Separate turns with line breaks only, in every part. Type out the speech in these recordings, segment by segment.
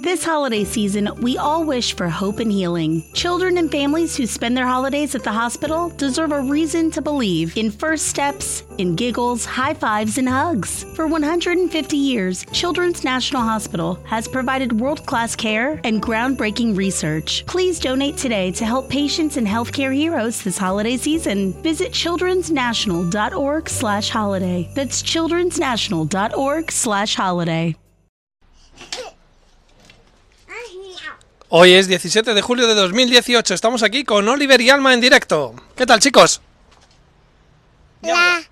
This holiday season, we all wish for hope and healing. Children and families who spend their holidays at the hospital deserve a reason to believe in first steps, in giggles, high fives, and hugs. For 150 years, Children's National Hospital has provided world class care and groundbreaking research. Please donate today to help patients and healthcare heroes this holiday season. Visit childrensnational.org slash holiday. That's childrensnational.org slash holiday.
Hoy es 17 de julio de 2018. Estamos aquí con Oliver y Alma en directo. ¿Qué tal, chicos?
Hola,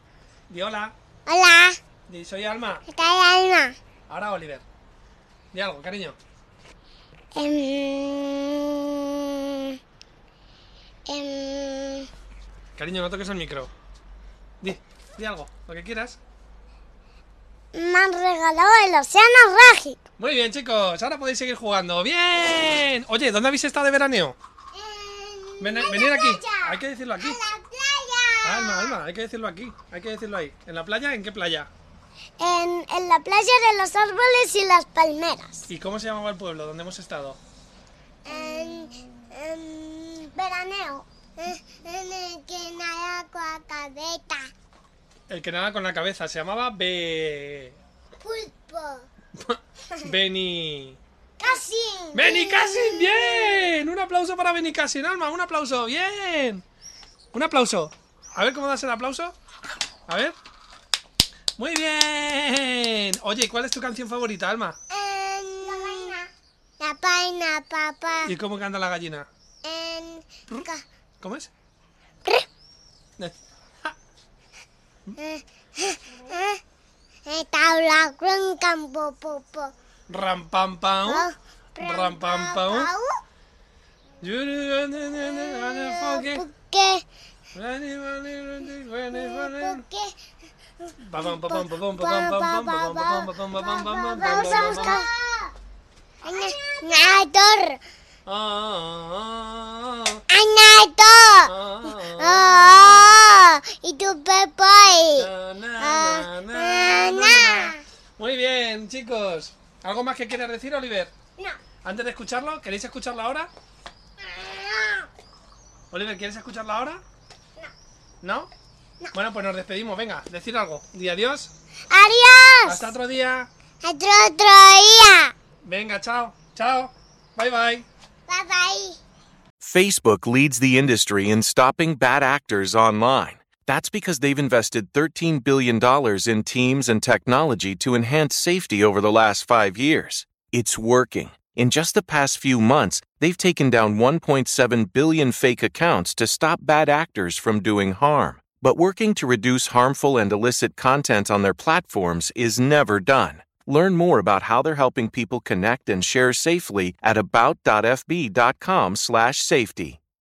Di hola.
hola,
Di soy Alma.
¿qué tal Alma?
Ahora Oliver. Di algo, cariño.
Em, em,
Cariño, no toques el micro. Di, di algo, lo que quieras.
me han regalado el océano mágico.
Muy bien, chicos. Ahora podéis seguir jugando. ¡Bien! Oye, ¿dónde habéis estado de veraneo? Ven, venid aquí. Hay que decirlo aquí.
playa.
Alma, Alma, hay que decirlo aquí. Hay que decirlo ahí. ¿En la playa? ¿En qué playa?
En, en la playa de los árboles y las palmeras.
¿Y cómo se llamaba el pueblo donde hemos estado?
En, en veraneo. En, en el que nada con la cabeza.
El que nada con la cabeza. Se llamaba Be...
Pulpo.
Beni...
Casi.
¡Benicassin! ¡Bien! Un aplauso para Benicassin, Alma, un aplauso, bien. Un aplauso. A ver cómo das el aplauso. A ver. Muy bien. Oye, ¿cuál es tu canción favorita, Alma?
En... La vaina. La vaina, papá.
¿Y cómo canta la gallina?
En... ca-
¿Cómo es? Eh,
Eh, Está la gran campo, po, po.
Ram pam pam. Ram pam pam.
Pau, Porque, porque. Vamos a buscar. Añador, añador. Ah, y tu pepe. Ah, ah, na.
Muy bien, chicos. ¿Algo más que quieras decir, Oliver?
No.
Antes de escucharlo, ¿queréis escucharlo ahora? Oliver, ¿quieres escucharlo ahora? No. ¿No? Bueno, pues nos despedimos. Venga, decir algo. Di adiós.
Adiós.
Hasta otro día.
Otro otro día.
Venga, chao. Chao. Bye bye.
Bye bye.
Facebook leads the industry in stopping bad actors online. That's because they've invested $13 billion in teams and technology to enhance safety over the last five years. It's working. In just the past few months, they've taken down 1.7 billion fake accounts to stop bad actors from doing harm. But working to reduce harmful and illicit content on their platforms is never done. Learn more about how they're helping people connect and share safely at about.fb.com/safety.